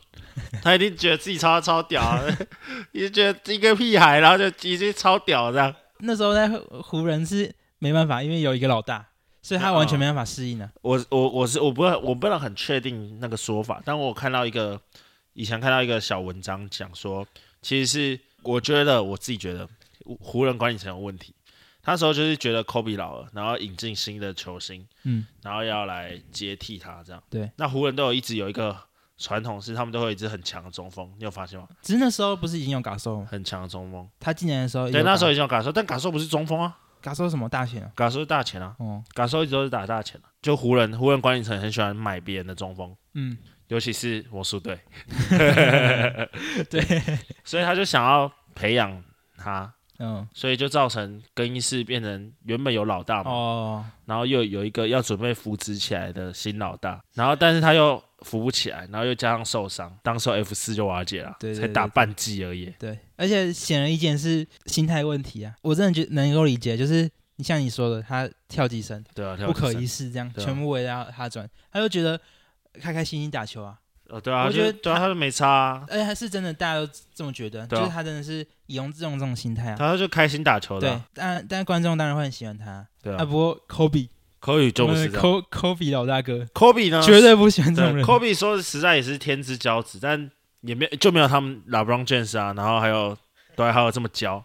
S2: [laughs] 他一定觉得自己超超屌、啊， [laughs] 一定觉得一个屁孩，然后就已经超屌这样。
S1: 那时候在湖湖人是没办法，因为有一个老大，所以他完全没办法适应啊。
S2: 我我我是我不我不能很确定那个说法，但我看到一个以前看到一个小文章讲说，其实是我觉得我自己觉得湖湖人管理层有问题。那时候就是觉得科比老了，然后引进新的球星，
S1: 嗯，
S2: 然后要来接替他这样。
S1: 对，
S2: 那湖人都有一直有一个传统是他们都会有一支很强的中锋，你有发现吗？
S1: 只是那时候不是已经有嘎兽吗？
S2: 很强的中锋。
S1: 他进来的时候有
S2: 对，那时候
S1: 嘎
S2: 已经有嘎兽，但嘎兽不是中锋啊，
S1: 嘎兽什么大选啊？
S2: 嘎兽是大前啊，
S1: 哦，
S2: 嘎兽一直都是打大前啊。就湖人湖人管理层很喜欢买别人的中锋。
S1: 嗯，
S2: 尤其是魔术队，
S1: [laughs] 对，
S2: 所以他就想要培养他，
S1: 嗯，
S2: 所以就造成更衣室变成原本有老大嘛，
S1: 哦，
S2: 然后又有一个要准备扶植起来的新老大，然后但是他又扶不起来，然后又加上受伤，当时 F 四就瓦解了，
S1: 对对
S2: 才打半季而已。
S1: 对，而且显而易见是心态问题啊。我真的觉得能够理解，就是你像你说的，他跳几声
S2: 对啊，
S1: 不可
S2: 跳
S1: 一
S2: 起
S1: 世，这样
S2: 对啊
S1: 全部围绕他转，他就觉得开开心心打球啊。
S2: 身。哦，对啊，
S1: 我
S2: 就
S1: 觉得
S2: 对啊，
S1: 他
S2: 他就没差啊，
S1: 而且他是真的，大家都这么觉得，
S2: 对
S1: 就
S2: 啊
S1: 是他真的是以用这种这种心态啊。
S2: 他就开心打球的
S1: 对
S2: 啊，，
S1: 但但观众当然会很喜欢他
S2: 对
S1: 啊。呃
S2: 啊。
S1: 不过 Kobe，
S2: 科比就
S1: 我
S2: 不
S1: 们
S2: 是这
S1: 的
S2: 样
S1: Ko- Kobe 老大哥
S2: 科比呢，
S1: 绝对不喜欢这种
S2: 对
S1: 人。
S2: 科比说实在也是天之骄子，但也没有就没有他们 LeBron James 啊，然后还有对，还有这么骄。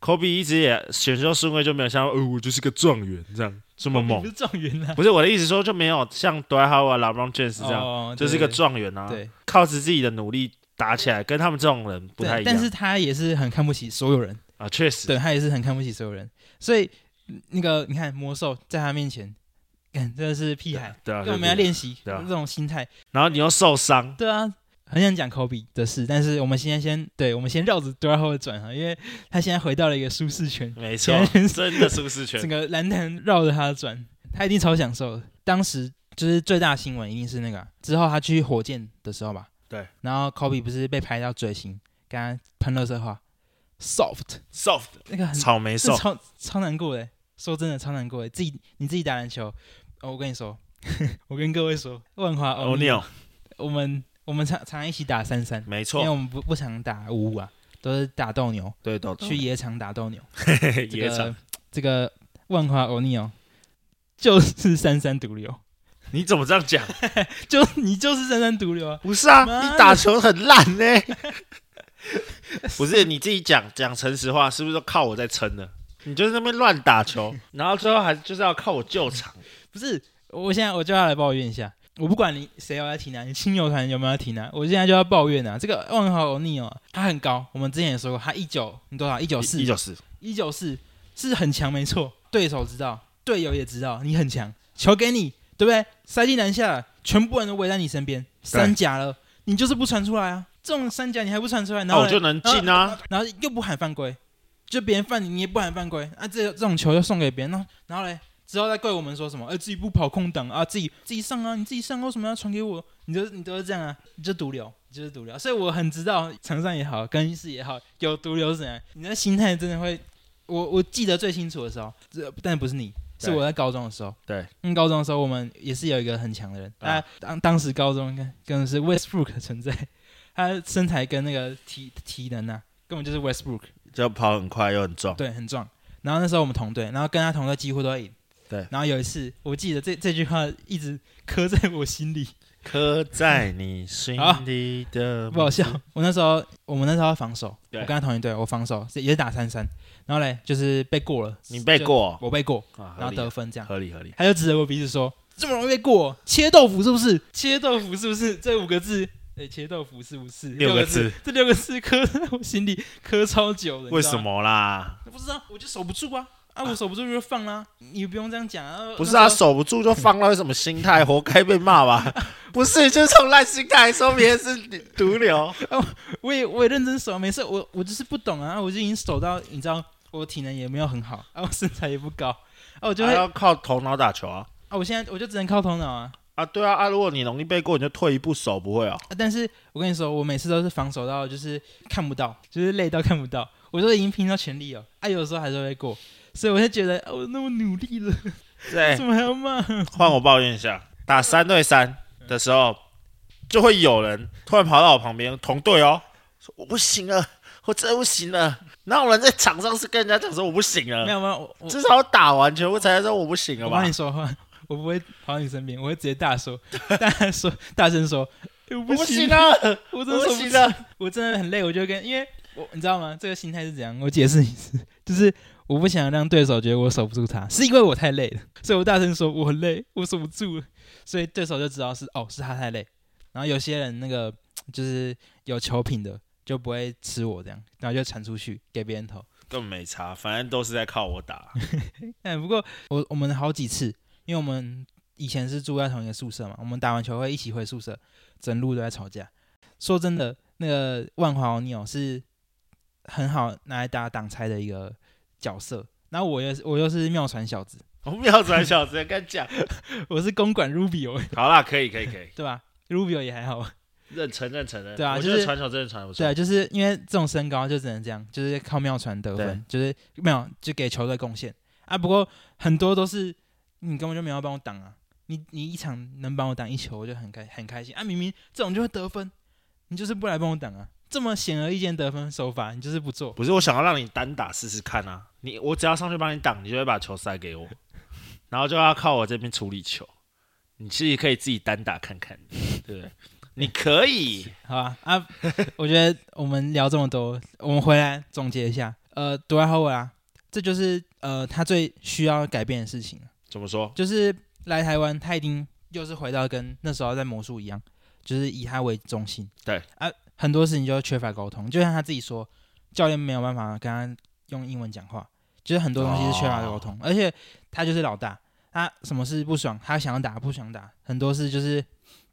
S2: 科比一直也选秀顺位就没有像，哦，我就是个状元这样这么
S1: 不
S2: 猛。
S1: 是状元啊，
S2: 不是我的意思说就没有像 d w y h o w a r d LeBron James 这样，
S1: 哦
S2: 就是一个状元啊，
S1: 对，
S2: 靠着自己的努力打起来，跟他们这种人不
S1: 对
S2: 太一样。
S1: 但是他也是很看不起所有人，
S2: 啊，确实，
S1: 对他也是很看不起所有人。所以嗯那个你看魔兽在他面前，看真的是屁孩，
S2: 对啊，
S1: 跟我们要
S2: 对啊。
S1: 练习
S2: 对啊
S1: 这种心态。
S2: 然后你又受伤，
S1: 对啊，很想讲 Kobe 的事，但是我们现在先，对我们先绕着 d u r a 转哈，因为他现在回到了一个舒适圈，
S2: 没错
S1: [laughs] 现在 [laughs] 就，是
S2: 真的舒适
S1: 整
S2: 圈。
S1: 个篮坛绕着他转，他一定超享受的。当时就是最大的新闻一定是那个啊、之后他去火箭的时候吧，
S2: 对，
S1: 然后 Kobe 不是被拍到追星，跟他喷热色话，soft
S2: soft
S1: 那个很
S2: 草莓
S1: 这
S2: 瘦，
S1: [laughs] 超超难过的，说真的超难过的，自己你自己打篮球，哦、我跟你说， [laughs] 我跟各位说，万华
S2: 欧
S1: 欧
S2: 尼
S1: 尼尔，
S2: 尔，
S1: 我们我们常常一起打三三。
S2: 哦没
S1: 因为
S2: 错，
S1: 我们不不常打五五啊，都是打斗牛，
S2: 对的，
S1: 去野场打斗牛。这
S2: [laughs] 野场
S1: 个。这个万华欧尼哦， [laughs] 就是三三毒瘤，
S2: 你怎么这样讲？
S1: [laughs] 就你就是三三毒瘤啊！
S2: [laughs] 不是啊，
S1: 妈的
S2: 你打球很烂 [laughs] 呢、不是你自己讲讲诚实话，是不是都靠我在撑呢？你就是那边乱打球， [laughs] 然后最后还就是要靠我救场。
S1: 不是，我现在我就要来抱怨一下，我不管你谁要来提哪，你亲友团有没有要提哪，我现在就要抱怨啊！这个万华欧尼哦，他很高，我们之前也说过，他一九你多少？一九四
S2: 一，九四，
S1: 一九四是很强，没错，对手知道，队友也知道你很强，球给你，对不对？塞进篮下了，全部人都围在你身边，三甲了，你就是不传出来啊！这种三甲你还不传出来，然
S2: 那
S1: 后
S2: 哦我
S1: 嘞、
S2: 就能进啊。
S1: 然后又不喊犯规，就别人犯你，你也不喊犯规啊！这这种球就送给别人，那然后嘞，之后再怪我们说什么？呃，自己不跑空档啊，自己自己上啊，你自己上，为什么要传给我？你就你都是这样啊，你就毒瘤，你就是毒瘤。所以我很知道，场上也好，更衣室也好，有毒瘤是怎样，你的心态真的会。我我记得最清楚的时候，这但不是你，是
S2: 对
S1: 我在高中的时候。
S2: 对，
S1: 嗯，高中的时候我们也是有一个很强的人，
S2: 啊
S1: 啊，当当时高中跟跟是 Westbrook 存在，他身材跟那个体体能啊，根本就是 Westbrook，
S2: 就跑很快又很壮，
S1: 对，很壮。然后那时候我们同队，然后跟他同队几乎都会赢。
S2: 对
S1: 然后有一次，我记得这这句话一直刻在我心里，
S2: 刻在你心里的。
S1: 不好笑。我那时候，我们那时候要防守，我
S2: 对
S1: 跟他同一队，我防守也是打三三，然后嘞就是被过了，
S2: 你被过
S1: 就，我被过，
S2: 啊
S1: 然
S2: 合
S1: 后
S2: 理
S1: 得分这样，
S2: 合理合理。
S1: 他就指着我鼻子说：“这么容易被过，切豆腐是不是？切豆腐是不是？这五个字。”哎，切豆腐是不是
S2: 六个
S1: 个
S2: 字？
S1: 这六个字刻在我心里，刻超久了。你知道吗
S2: 为什么啦？
S1: 不知道，我就守不住啊！啊，我守不住就放啦、你不用这样讲啊。
S2: 不是啊，
S1: 那时
S2: 守不住就放了，有什么心态？活该被骂 [laughs] 吧？不是，就是从烂心态说别人是毒 [laughs] 瘤。
S1: 候我也我也认真守，没事，我我就是不懂啊，我就已经守到，你知道，我体能也没有很好，啊，我身材也不高，啊，我就
S2: 还
S1: 会，啊，
S2: 要靠头脑打球啊！
S1: 我现在我就只能靠头脑啊。
S2: 啊，对啊啊！如果你容易背过，你就退一步，手不会啊。
S1: 啊但是我跟你说，我每次都是防守到就是看不到，就是累到看不到，我都已经拼到全力了，啊，有的时候还是会过，所以我就觉得，哦，我那么努力了，
S2: 对
S1: 怎，么还要骂？
S2: 换我抱怨一下，打三对三的时候，就会有人突然跑到我旁边，同队哦，说我不行了，我真的不行了。哪有人在场上是跟人家讲说我不行
S1: 没
S2: 了？
S1: 有没有，我我
S2: 至少打完球我才说我不行了
S1: 我
S2: 吧
S1: 帮你？说话，我不会跑到你身边，我会直接大说， [laughs] 大说，大声说，欸 [laughs] 我
S2: 我
S1: 不
S2: 不
S1: 行
S2: 行，了，
S1: 我
S2: 我
S1: 真的
S2: 不
S1: 受不
S2: 行
S1: 了，
S2: 了。
S1: 我真的很累，我啊就跟，因为我你知道吗？这个心态是怎样？我解释一次，就是我不想让对手觉得我守不住他，是因为我太累了，所以我大声说我很累，我守不住了，所以对手就知道是哦是他太累，然后有些人那个就是有球品的。就不会吃我这样，然后就传出去给别人投。
S2: 根本没差，反正都是在靠我打。
S1: 哎，不过我我们好几次，因为我们以前是住在同一个宿舍嘛，我们打完球会一起回宿舍，整路都在吵架。说真的，那个万华欧尼尔是很好拿来打挡拆的一个角色。然后我又是我又是妙传小子，
S2: 我不要转小直接跟你讲。
S1: 我是公馆 Rubio，
S2: 好啦，可以可以可以，
S1: 对吧？Rubio 也还好，
S2: 认承认承认。
S1: 对啊
S2: 我
S1: 就
S2: 觉
S1: 是
S2: 得传球真的传得不错。
S1: 对啊，就是因为这种身高就只能这样，就是靠妙传得分，就是没有就给球队贡献。啊。不过很多都是你根本就没有帮我挡啊，你你一场能帮我挡一球，我就很开很开心啊。明明这种就会得分，你就是不来帮我挡啊。这么显而易见得分手法，你就是不做。
S2: 不是我想要让你单打试试看啊，你我只要上去帮你挡，你就会把球塞 [laughs] 给我，然后就要靠我这边处理球。你其实可以自己单打看看，对不对？你可以，
S1: 好吧啊， [laughs] 我觉得我们聊这么多，我们回来总结一下。呃，独爱后卫啊，这就是呃他最需要改变的事情了，
S2: 怎么说？
S1: 就是来台湾，他一定又是回到跟那时候在魔术一样，就是以他为中心。
S2: 对
S1: 啊，很多事情就缺乏沟通，就像他自己说，教练没有办法跟他用英文讲话，就是很多东西是缺乏沟
S2: 哦
S1: 通，而且他就是老大，他什么事不爽，他想要打不想打，很多事就是，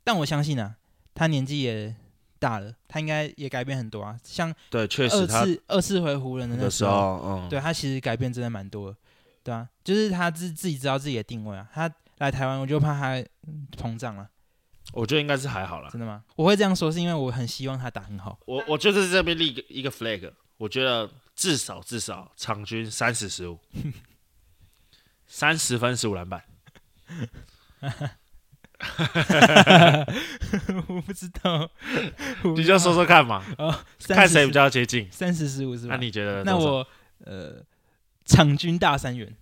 S1: 但我相信啊，他年纪也大了，他应该也改变很多啊，像
S2: 对，确
S1: 二
S2: 实他
S1: 次二次回湖人的那
S2: 的时候，嗯，
S1: 对他其实改变真的蛮多的，对啊，就是他自自己知道自己的定位啊。他来台湾，我就怕他嗯膨胀了，
S2: 我觉得应该是还好啦。
S1: 真的吗？我会这样说是因为我很希望他打很
S2: [laughs]
S1: 好，
S2: 我我就是这边立一个一个 flag，我觉得至少至少场均三十十五，三十分十五篮
S1: [laughs]
S2: 板，
S1: 我不知道，我不
S2: 你
S1: 知
S2: 就
S1: 道
S2: 说说
S1: [laughs]
S2: 看嘛，
S1: 哦，30
S2: 看谁比较接近。
S1: 三十十五是
S2: 那
S1: 吧？
S2: 你觉得多
S1: 那
S2: 少？
S1: 我呃，场均大三元，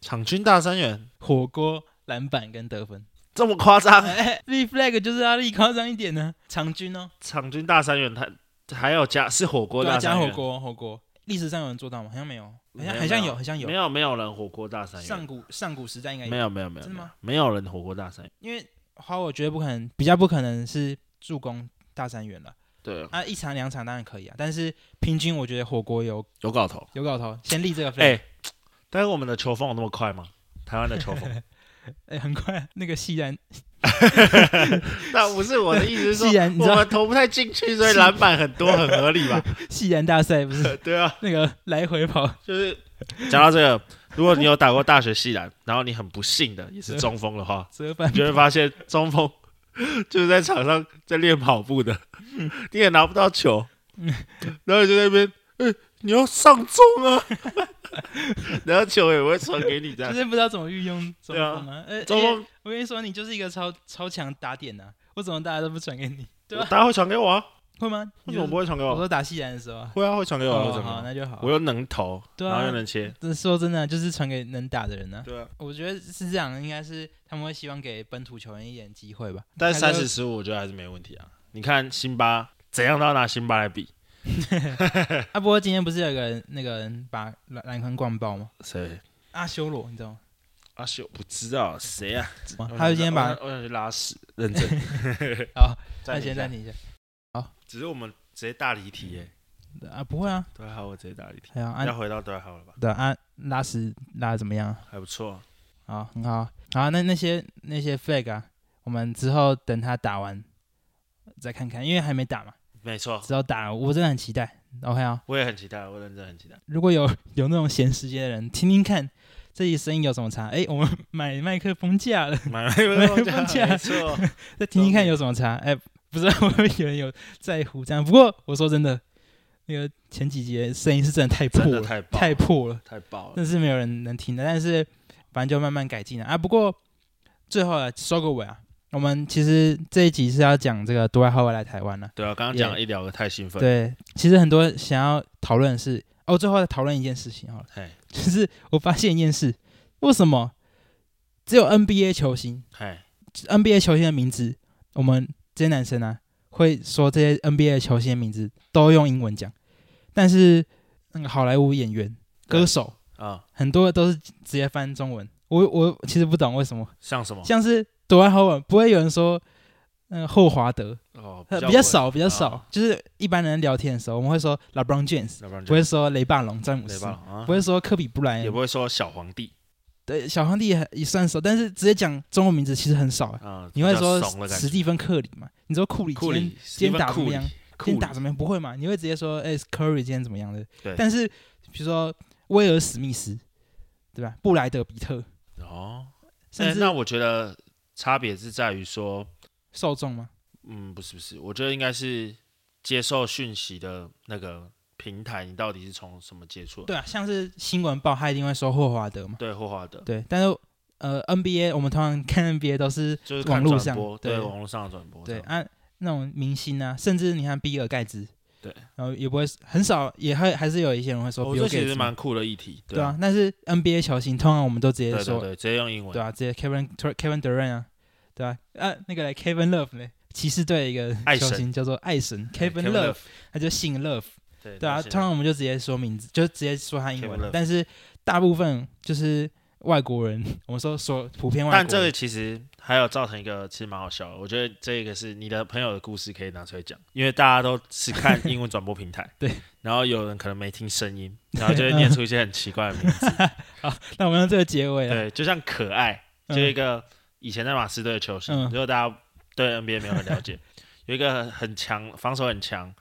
S2: 场均大三元
S1: 火锅、篮板跟得
S2: [laughs]
S1: 分。
S2: 这么夸张？
S1: 立 flag 就是要立高张一点呢，场均哦，
S2: 场均大三元，它还有加是火锅
S1: 对啊，
S2: 大
S1: 加
S2: 三
S1: 火
S2: 元，
S1: 锅火锅，历史上有人做到吗？好像没有，好像
S2: 没有
S1: 好像
S2: 没
S1: 有，
S2: 有
S1: 好像
S2: 没
S1: 有。
S2: 有没有人火锅大三
S1: 上
S2: 元，
S1: 古上古时代应该有
S2: 没。有没有没有，
S1: 真的吗
S2: 没有人火锅大三元，
S1: 因为花我觉得不可能，比较不可能是助攻大三元了。
S2: 对，
S1: 啊，一场两场当然可以啊，但是平均我觉得火锅有
S2: 有搞头。
S1: 有搞头，先立这个 flag。
S2: 哎，但是我们的球风有那么快吗？台湾的球
S1: [laughs]
S2: 风，
S1: 哎、很快那个西然
S2: 那不是我的意思是说
S1: 西，然，你知
S2: 我
S1: 道
S2: 们投不太进去，所以篮板很多，很合
S1: [laughs]
S2: 理吧？
S1: 西然大赛不是
S2: [laughs] 对啊，
S1: 那个来回跑，
S2: 就是讲到这个，如果你有打过大学系篮，然后你很不幸的也是中锋的话，
S1: 折返
S2: 你就会发现中锋就是在场上在练跑步的，
S1: 嗯
S2: 你也拿不到球，然后你就在那边，哎、你要上中
S1: [laughs]
S2: 啊，然后球也不会传给你
S1: 就
S2: 的。
S1: 是不知道怎么运用中
S2: 对啊
S1: 锋啊。呃、
S2: 中
S1: 而
S2: 锋
S1: 且我跟你说，你就是一个超超强打点呐、啊，我怎么大家都不传给你？对
S2: 我
S1: 吧？
S2: 大家会传给我啊？
S1: 会吗？
S2: 为什么不
S1: 会？
S2: 会传给
S1: 我
S2: 我？
S1: 说打西然的时候啊，
S2: 会啊，会传给我啊，会
S1: 哦
S2: 传给
S1: 好，
S2: 我。
S1: 那就好
S2: 我。又能投，
S1: 对啊
S2: 然后又能切，
S1: 这说真的啊、就是传给能打的人呢、
S2: 对啊。
S1: 我觉得是这样，应该是他们会希望给本土球员一点机会吧。
S2: 但
S1: 还
S2: 三
S1: 是
S2: 十十五，我觉得还是没问题啊。你看辛巴怎样都要拿辛巴来比，
S1: 啊，不过今天不是有一个人那个人把篮篮筐灌爆吗？
S2: 谁？
S1: 阿修罗，你知道吗？
S2: 阿秀不知道谁啊？
S1: 哇他就今天把
S2: 我想去拉屎，
S1: [laughs]
S2: 认真。
S1: 好，
S2: 暂
S1: 那
S2: 停一
S1: 先
S2: 下
S1: 暂停一下
S2: 只是我们直接大离题耶，
S1: 啊，不会啊，
S2: 对还好我直接大离题，
S1: 还有啊
S2: 要，回到对还好了吧？
S1: 对啊，拉屎拉的怎么样啊？
S2: 还不错，
S1: 好，很好啊，好啊，那那些那些 flag 啊，我们之后等他打完再看看，因为还没打嘛，
S2: 没错，
S1: 只要打了我真的很期待。OK 啊，
S2: 我也很期待，我认真很期待。
S1: 如果有有那种闲时间的人，听听看这里声音有什么差？哎，我们买麦克风架了。
S2: 买
S1: 麦
S2: 麦
S1: 克风
S2: 克
S1: 架
S2: 架，没错，
S1: 再听听看有什么差。哎、不知道会不会有人有在乎这样。不过我说真的，那个前几节声音是真的太破
S2: 真的
S1: 了，
S2: 太棒，
S1: 太破了，
S2: 太棒了。
S1: 真是没有人能听的。但是反正就慢慢改进了啊。不过最后啊，收个尾啊，我们其实这一集是要讲这个独爱号外来台湾了。
S2: 对啊，刚刚讲一聊的太兴奋，，
S1: 对，其实很多想要讨论的是，哦，最后再讨论一件事情好了，
S2: 嘿，
S1: [laughs] 就是我发现一件事，为什么只有 NBA 球星
S2: 嘿，
S1: NBA 球星的名字，我们这些男生啊会说这些 NBA 球星的名字都用英文讲，但是那个好莱坞演员、
S2: 对
S1: 歌手
S2: 啊，
S1: 很多都是直接翻中文。我我其实不懂为什么，
S2: 像什么？
S1: 像是朵安·豪文不会有人说。嗯，霍华德
S2: 哦，
S1: 呃比较
S2: 稳
S1: 少，比较少，
S2: 啊
S1: 就是一般人聊天的时候，我们会说 LeBron James，
S2: 要不然
S1: 不
S2: 就
S1: 会说雷霸龙詹姆
S2: 雷
S1: 斯，
S2: 巴啊
S1: 不，会说科比布莱
S2: 也
S1: 恩
S2: 不，会说小皇帝
S1: 对，小皇帝也很也算熟，但是直接讲中文名字其实很少、欸，
S2: 啊，
S1: 你会
S2: 比较
S1: 说
S2: 怂的感
S1: 史
S2: 觉。
S1: 蒂芬克里嘛？你说库里今
S2: 库
S1: 天
S2: 里，史
S1: 今天
S2: 蒂芬
S1: 打怎
S2: 库
S1: 么
S2: 里
S1: 样？，今
S2: 库
S1: 天
S2: 里
S1: 打怎么样？不会嘛？你会直接说，哎、c u r r y 今天怎么样的？
S2: 对
S1: 但是比如说威尔史密斯，对吧？布莱德比特，
S2: 哦，
S1: 甚
S2: 哎
S1: 至
S2: 那我觉得差别是在于说，
S1: 受众嘛，
S2: 嗯，不是不是，我觉得应该是接受讯息的那个平台，你到底是从什么接触的？
S1: 对啊，像是新闻报，他一定会说霍华德嘛。
S2: 对，霍华德
S1: 对，但是呃，NBA 我们通常看 NBA 都是
S2: 就是看
S1: 网络
S2: 转
S1: 上
S2: 播，对
S1: 对
S2: 网络上的转播，
S1: 对
S2: 这样
S1: 啊，那种明星啊，甚至你看比尔盖茨，
S2: 对，
S1: 然后也不会很少，也会还是有一些人会说
S2: 我
S1: 比
S2: 觉
S1: 尔
S2: 得其
S1: 盖
S2: 实
S1: 茨嘛，
S2: 蛮酷的议题，
S1: 对
S2: 啊
S1: 啊，，但是 NBA 球星通常我们都直接
S2: 对对
S1: 说，
S2: 对，直接用英文
S1: 对，啊，直接 Kevin Kevin Durant 啊，对啊，啊那个嘞 Kevin Love 呢，骑士队一个
S2: 爱
S1: 球
S2: 神
S1: 星叫做爱神
S2: 对
S1: Kevin Love，他就姓 Love，
S2: 对
S1: 对啊，通常我们就直接说名字，就直接说他英
S2: Kevin Love
S1: 文，但是大部分就是外国人，我们说说普遍外国人，
S2: 但这个其实还有造成一个其实蛮好笑的，我觉得这个是你的朋友的故事可以拿出来讲，因为大家都是看英文转播平台，
S1: [laughs] 对，
S2: 然后有人可能没听声音，
S1: [laughs]
S2: 然后就会念出一些很奇怪的名字，
S1: 那我们用这个结尾啊，
S2: 对，就像可爱，
S1: 嗯
S2: 就一个以前在马刺队的球星，
S1: 嗯
S2: 如果大家对 NBA 没有很了解，有一个很强防守很强，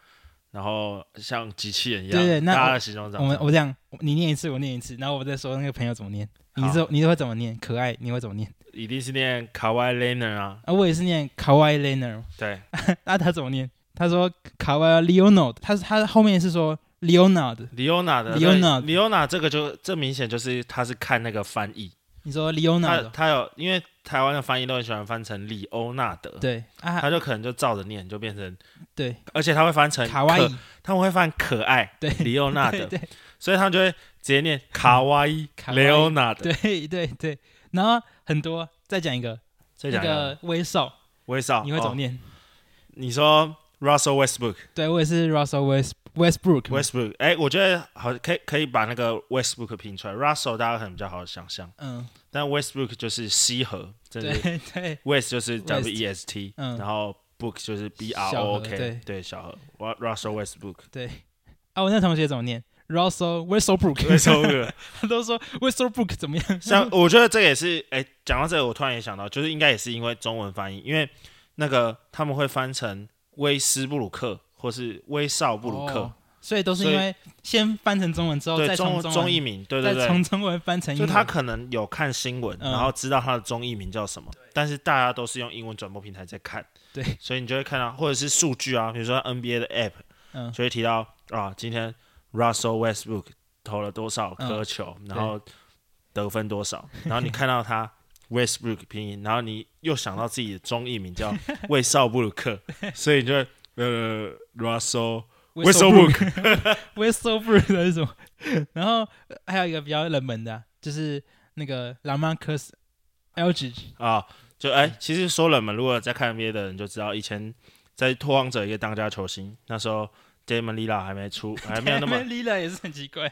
S2: 然后像机器人一样，
S1: 对对那
S2: 大家的形容长
S1: 我
S2: 这
S1: 们
S2: 样，
S1: 我这样，你念一次，我念一次，然后我再说那个朋友怎么念，你是你会怎么念？可爱，你会怎么念？
S2: 一定是念卡哇 l e n a 啊，
S1: 啊，我也是念 Kawaii Leonard，
S2: 对，
S1: 那他怎么念？他说 Kawaii Leonard，他是他后面是说 Leonard，
S2: 李欧娜的
S1: Leona
S2: 李欧娜这个就这明显就是他是看那个翻译，
S1: 你说
S2: 他
S1: Leonard，哦
S2: 他有因为台湾的翻译都很喜欢翻成李欧纳德，
S1: 对啊，
S2: 他就可能就照着念就变成，
S1: 对，
S2: 而且他会翻成
S1: 卡哇伊
S2: 可，，他们会翻可
S1: [laughs]
S2: 爱
S1: 对
S2: 李欧纳
S1: 对
S2: 德，
S1: 对
S2: 所以他们就会直接念卡哇伊
S1: 卡哇伊
S2: 雷欧纳德。
S1: 对对对，然后很多再讲一个，
S2: 再
S1: 那
S2: 讲一个
S1: 个威少，
S2: 威少，
S1: 你会怎么
S2: 哦
S1: 念？
S2: 你说 Russell Westbrook，Westbrook，
S1: 对我也是 Russell West Westbrook，嘛
S2: 哎，我觉得好，可以可以把那个 Westbrook 拼出来。Russell 大家可能比较好想象，
S1: 嗯，
S2: 但 Westbrook 就是西河，真的是
S1: 对 [laughs] 对
S2: [laughs] West 就是
S1: West
S2: W E S T，
S1: 嗯
S2: 然后 Book 就是 B R
S1: 小
S2: O
S1: 盒
S2: K，
S1: 对。
S2: 对，小盒 Ru- Russell Westbrook [laughs]
S1: 对，啊，我那同学怎么念？Russell Westbrook，
S2: Westbrook，
S1: 他 [laughs] 都说 Westbrook 怎么样？
S2: 像我觉得这个也是，哎、讲到这个，我突然也想到，就是应该也是因为中文翻译，因为那个他们会翻成威斯布鲁克或是威少布鲁克，
S1: 哦所以都是
S2: 所以
S1: 因为先翻成中文之后，
S2: 对
S1: 再哦
S2: 中
S1: 从
S2: 文
S1: 中
S2: 中
S1: 文
S2: 译名，对对
S1: 再
S2: 对，
S1: 从中文翻成英
S2: 就
S1: 文，
S2: 他可能有看新闻，
S1: 嗯
S2: 然后知道他的中译名叫什么，但是大家都是用英文转播平台在看，
S1: 对，
S2: 所以你就会看到，或者是数据啊，比如说 NBA 的 App，
S1: 嗯
S2: 就会提到啊，今天 Russell Westbrook 投了多少
S1: 嗯
S2: 颗球，然后得分多少，然后你看
S1: [laughs]
S2: 到他 Westbrook 拼音，然后你又想到自己的中译
S1: [laughs]
S2: 名叫卫少布鲁克，所以你就会呃
S1: [laughs]
S2: Russell Westbrook，
S1: Westbrook 的是什么？然后呃还有一个比较冷门的啊，就是那个 Lamarcus Aldridge，
S2: 啊，就哎、其实说冷门，如果在看 NBA 的人就知道，以前在拓荒者一个当家球星，那时候 Damon l i l a 还没出，还没有那
S1: [laughs]
S2: 么
S1: Damian Lillard 也是很奇怪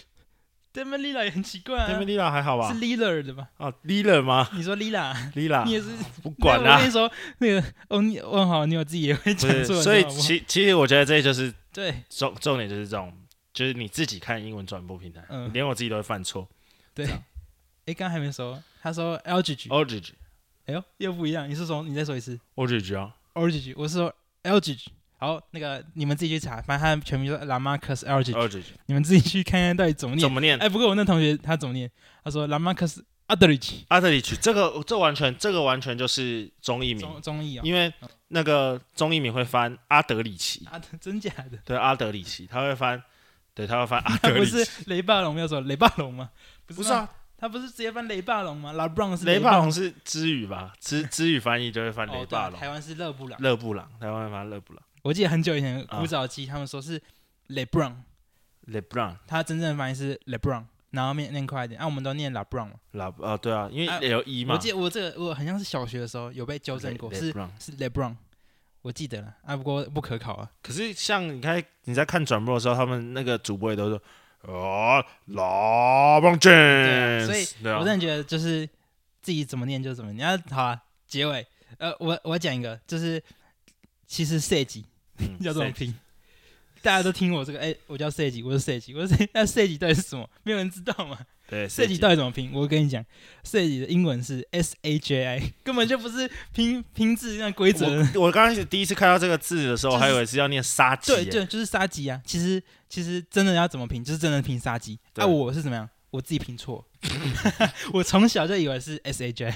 S1: [laughs] ，Damian Lillard 也很奇怪
S2: Damon
S1: 啊
S2: l i l a 还好吧
S1: 是？Lillard 的吧？
S2: 哦 l i l a 吗
S1: 你说 Lillard，
S2: l i l
S1: [laughs]
S2: a
S1: 你也是
S2: 不管
S1: 没有我
S2: 啦、
S1: 跟你说，那个翁翁好妞自己也会
S2: 不
S1: 讲
S2: 是，
S1: 错，
S2: 所以
S1: 你知道吗
S2: 其其实我觉得这就是
S1: 对
S2: 重重点就是这种，就是你自己看英文转播平台，
S1: 嗯
S2: 连我自己都会犯错。
S1: 对，诶，刚刚还没说，他说
S2: 哦
S1: Aldridge，
S2: Origin，Origin
S1: 哎呦，又不一样，你是说你再说一次？
S2: 啊，
S1: Orgage，我是说 Algage。好，那个你们自己去查，反正他全名叫 Lamarcus Algage，
S2: Origin
S1: 你们自己去看看到底怎么
S2: 怎
S1: 念。
S2: 么念
S1: 哎，？不过我那同学他怎么念？他说 Lamarcus Aldridge，
S2: 阿特里奇，这个这完全这个完全就是中译
S1: 中
S2: 名，
S1: 中译啊、
S2: 因为那个中译名会翻阿德里奇，
S1: [laughs] 啊，真假
S2: [laughs]
S1: 的？
S2: 对阿德里奇，他会翻，对他会翻阿
S1: 他
S2: 德
S1: [laughs]
S2: 里
S1: 不
S2: 奇啊
S1: 是，雷霸龙没有说雷霸龙
S2: [laughs]
S1: 吗？不是吗
S2: 不是啊，，
S1: 他不是直接翻雷霸龙吗？LeBron 是
S2: 雷
S1: 霸
S2: 霸龙是之语吧？之之语翻译就会翻雷
S1: 哦，对啊
S2: 霸龙
S1: 台、湾是勒布朗。
S2: 勒布朗，台湾会翻勒布朗
S1: 我记得很久以前
S2: 啊
S1: 古早期他们说是
S2: 嗯
S1: LeBron，
S2: ，LeBron
S1: 他真正的翻译是 LeBron，然后念念快一点，啊，我们都念 LeBron 嘛。
S2: 拉啊，对啊，因
S1: 啊
S2: 为有一嘛，
S1: 我记得我这个我好像是小学的时候有被纠正过，
S2: Le-
S1: 是
S2: LeBron
S1: 是 LeBron，我记得了啊，不过不可考啊。
S2: 可是像你看你在看转播的时候，他们那个主播也都说啊，拉邦
S1: 对啊，
S2: James，
S1: 所以
S2: 对
S1: 我
S2: 啊
S1: 真，的觉得就是自己怎么念就怎么念。啊、好啊，结尾，呃，我我讲一个，就是其实 s a g [laughs]
S2: 嗯
S1: 要怎么
S2: 谁
S1: 拼？大家都听我这个，哎、我叫 s a g 我是 s a g 我是 Sage，那 [laughs] s a g 到底是什么？没有人知道嘛。 [laughs]
S2: 对
S1: s a g 到底怎么拼？我跟你讲 s a g 的英文是 S A J I，根本就不是拼拼字那规则的。
S2: 我我刚开始第一次看到这个字的时候，
S1: 就
S2: 我
S1: 是
S2: 还以为是要念杀鸡
S1: 对
S2: 耶，
S1: 对，就是杀鸡啊。其实其实真的要怎么拼，就是真的拼杀鸡。
S2: 对
S1: 啊，我是怎么样？我自己拼错， [laughs] 我从小就以为是 S A J。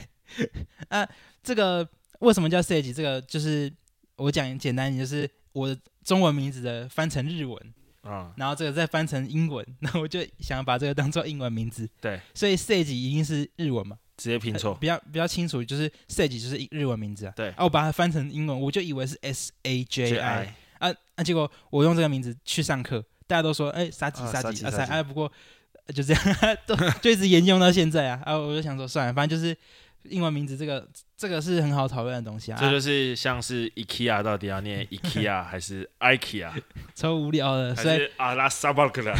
S1: 啊，这个为什么叫 S A J？这个就是我讲简单一点，就是我的中文名字的翻成日文，
S2: 嗯，
S1: 然后这个再翻成英文， [laughs] 那我就想把这个当做英文名字。
S2: 对，
S1: 所以 Sage 一定是日文嘛？
S2: 直接拼错
S1: 呃，比较比较清楚，就是 Sage 就是一日文名字啊。
S2: 对
S1: 啊，我把它翻成英文，我就以为是 S A J I
S2: JI
S1: 啊啊，结果我用这个名字去上课，大家都说哎沙吉
S2: 啊
S1: 沙
S2: 沙
S1: 吉
S2: 吉
S1: 啊
S2: 沙
S1: 沙
S2: 吉
S1: 啊，不过呃就这样 [laughs] 都就一直沿用到现在啊啊，我就想说算了，反正就是英文名字这个这个是很好讨论的东西啊，
S2: 这就是像是 IKEA 到底要念
S1: [laughs]
S2: IKEA 还是 IKEA
S1: 啊超无聊的，
S2: 还
S1: 所以
S2: 是阿拉萨巴克拉？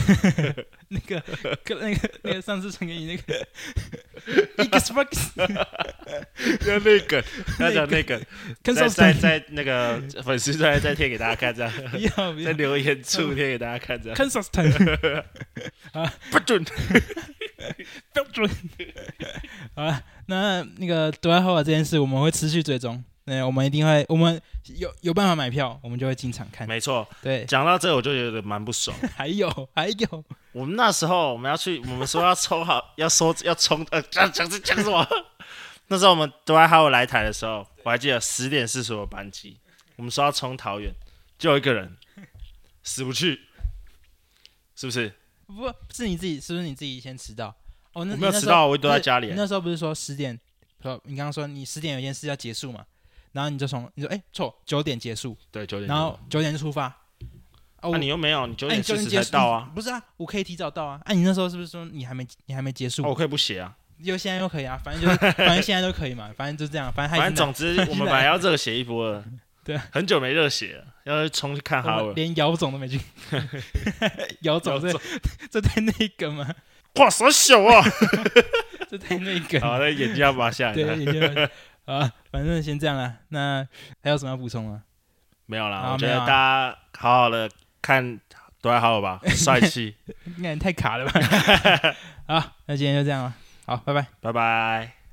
S1: 那个跟那个那个上次传给你那
S2: [laughs]
S1: 个 Xbox
S2: 就 [laughs] 那个，他讲那个，
S1: 跟上
S2: 在在
S1: 传
S2: 在那个粉丝团再贴给大家
S1: [laughs]
S2: 看，这样
S1: 不要不
S2: 在
S1: 要。
S2: 留言处贴给大家看，这样
S1: Consistent
S2: [laughs]
S1: [laughs] 啊
S2: 不准。
S1: 标准。 [laughs] 好了，那那个独爱啊豪华这件事，我们会持续追踪。对，我们一定会，我们有有办法买票，我们就会进场看。
S2: 没错，
S1: 对，
S2: 讲到这我就觉得蛮
S1: [laughs]
S2: 不爽。
S1: 还有还有，
S2: 我们那时候我们要去，我们说要抽好，要收要冲，呃，讲讲是讲什么？那时候我们都还还有来台的时候，我还记得十点四十的班机，我们说要冲桃园，就有一个人死不去，是不是？
S1: 不过是你自己，是不是你自己先迟到？哦，那你
S2: 我没
S1: 那
S2: 有
S1: 时
S2: 迟
S1: 候
S2: 到，啊我都在
S1: 不
S2: 家里
S1: 是你。那时候不是说十点？说你刚刚说你十点有件事要结束嘛？然后你就从你说哎错九点结束，
S2: 对，九点。
S1: 然后九点就出发。啊，
S2: 那、
S1: 我
S2: 你又没有，你九
S1: 哎
S2: 点
S1: 你九
S2: 四
S1: 点
S2: 十
S1: 结
S2: 才
S1: 束
S2: 到啊？
S1: 不是啊，我可以提早到啊。哎、你那时候是不是说你还没你还没结束
S2: 哦，？我可以不写啊。
S1: 又现在又可以啊，反正就是
S2: [laughs]
S1: 反正现在都可以嘛，反正就这样，反正
S2: 反
S1: 还
S2: 正
S1: 是，
S2: 总之，我们本来要热血一波了
S1: [laughs] 对啊，
S2: 很久没热血了，要去冲去看哈
S1: 我们
S2: 维。
S1: 连姚总都没
S2: [laughs]
S1: 去，姚总这这太那个嘛，
S2: 哇，好小
S1: [laughs]
S2: 啊！
S1: 这太那个
S2: 好，
S1: 了，
S2: 那眼睛要拔下来 [laughs]
S1: 对，。也就啊，反正先这样啦。那还有什么要补充吗？
S2: 没有啦，
S1: 好
S2: 我觉
S1: 没
S2: 得
S1: 有啊
S2: 大家好好的看都还好
S1: [laughs]
S2: 吧，帅气，
S1: 应该太卡了吧？好，那今天就这样了，好，拜拜。
S2: 拜拜。